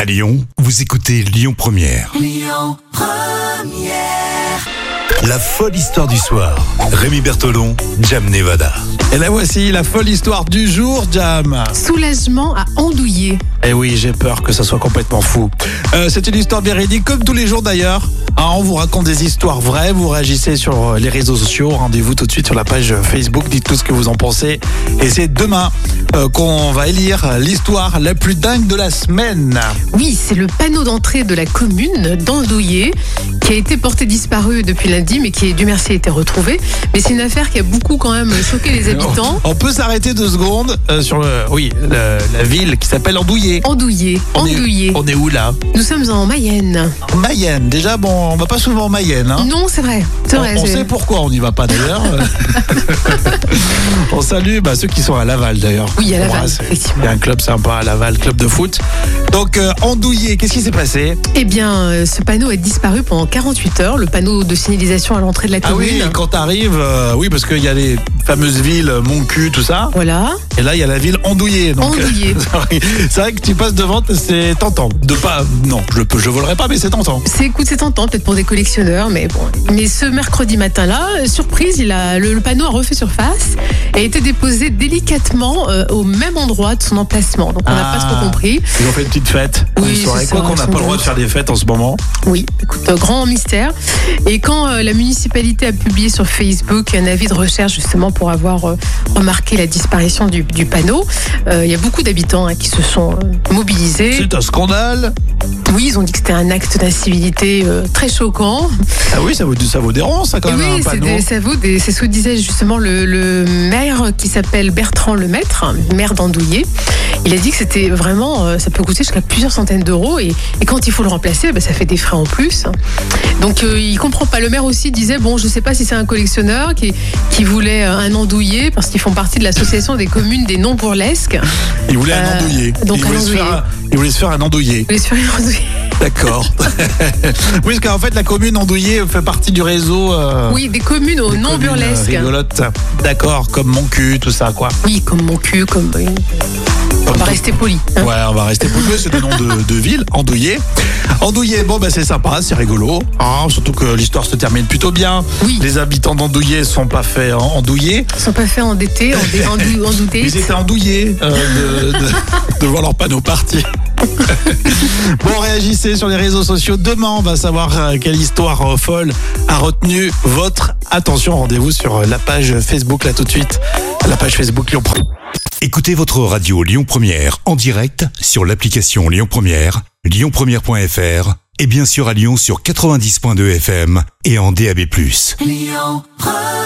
À Lyon, vous écoutez Lyon Première. Lyon Première. La folle histoire du soir. Rémi Bertolon, Jam Nevada. Et la voici, la folle histoire du jour, Jam. Soulagement à Andouillé. Eh oui, j'ai peur que ça soit complètement fou. Euh, c'est une histoire véridique, comme tous les jours d'ailleurs. Hein, on vous raconte des histoires vraies, vous réagissez sur euh, les réseaux sociaux, rendez-vous tout de suite sur la page euh, Facebook, dites tout ce que vous en pensez. Et c'est demain euh, qu'on va élire euh, l'histoire la plus dingue de la semaine. Oui, c'est le panneau d'entrée de la commune d'Andouillé qui a été porté disparu depuis lundi, mais qui, Dieu merci, a été retrouvé. Mais c'est une affaire qui a beaucoup quand même choqué les habitants. On peut s'arrêter deux secondes euh, sur le, oui, le- la ville qui s'appelle Andouillé. Andouillé, On est- Andouillé. On est où là Nous sommes en Mayenne. En Mayenne. Déjà, bon, on va pas souvent en Mayenne. Hein. Non, c'est vrai. C'est vrai. On, on c'est- sait pourquoi on n'y va pas d'ailleurs. on salue bah, ceux qui sont à Laval d'ailleurs. Oui, à Laval, Embrasse. effectivement. Il y a un club sympa à Laval, club de foot. Donc, euh, Andouillé, qu'est-ce qui s'est passé Eh bien, euh, ce panneau a disparu pendant 48 heures, le panneau de signalisation à l'entrée de la Ah oui, commune. quand t'arrives, euh, oui, parce qu'il y a les fameuses villes euh, Moncu, tout ça. Voilà. Et là, il y a la ville Andouillé. Donc, euh, Andouillé. c'est vrai que tu passes devant, c'est tentant. De pas, non, je peux, je volerai pas, mais c'est tentant. C'est écoute, c'est tentant peut-être pour des collectionneurs, mais bon. Mais ce mercredi matin-là, euh, surprise, il a le, le panneau a refait surface et a été déposé délicatement euh, au même endroit de son emplacement. Donc on n'a Ah. pas trop compris. Ils ont fait une petite fête. Oui, une soirée. c'est Quoi ça, qu'on n'a sans pas le droit doute. de faire des fêtes en ce moment. Oui, écoute, euh, grand mystère. Et quand euh, la municipalité a publié sur Facebook un avis de recherche justement pour avoir euh, remarqué la disparition du, du panneau, euh, il y a beaucoup d'habitants hein, qui se sont euh, mobilisés. C'est un scandale. Oui, ils ont dit que c'était un acte d'incivilité euh, très choquant. Ah oui, ça vaut, ça vaut des ronds, ça, quand Et même, oui, un c'est panneau. des- ça vaut des- c'est ce que disait justement le, le maire qui s'appelle Bertrand Lemaître, maire d'Andouillé. Il a dit que c'était vraiment, euh, ça peut coûter jusqu'à plusieurs centaines d'euros et, et quand il faut le remplacer, bah, ça fait des frais en plus. Donc euh, il comprend pas. Le maire aussi disait bon, je sais pas si c'est un collectionneur qui, qui voulait euh, un andouillé parce qu'ils font partie de l'association des communes des non burlesques. Il voulait un Euh, andouillé. donc il, un voulait se andouillé. faire un, il voulait se faire un andouillé. Les furieux andouillés. D'accord. oui, parce qu'en fait, la commune andouillé fait partie du réseau. euh, Oui, des communes aux des non communes, euh, burlesques. rigolotes. D'accord, comme mon cul, tout ça, quoi. Oui, comme mon cul, comme. euh, On Comme va tout- rester poli. hein. Ouais, on va rester pour c'est le nom de, de ville, Andouillé. Andouillé, bon, bah, c'est sympa, c'est rigolo. hein, surtout que l'histoire se termine plutôt bien. Oui. Les habitants d'Andouillé sont pas faits en- endouillés. Ils sont pas faits endettés, endé- endou- endoutés. Ils étaient andouillés euh, de, de- de voir leur panneau partir. bon, réagissez sur les réseaux sociaux. Demain, on va savoir euh, quelle histoire euh, folle a retenu votre attention. Rendez-vous sur euh, la page Facebook, là tout de suite. La page Facebook Lyon Pro. Écoutez votre radio Lyon Première en direct sur l'application Lyon Première, lyonpremière.fr et bien sûr à Lyon sur 90.2 FM et en DAB+. Lyon Première